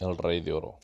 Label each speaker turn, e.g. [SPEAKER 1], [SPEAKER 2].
[SPEAKER 1] El Rey de Oro.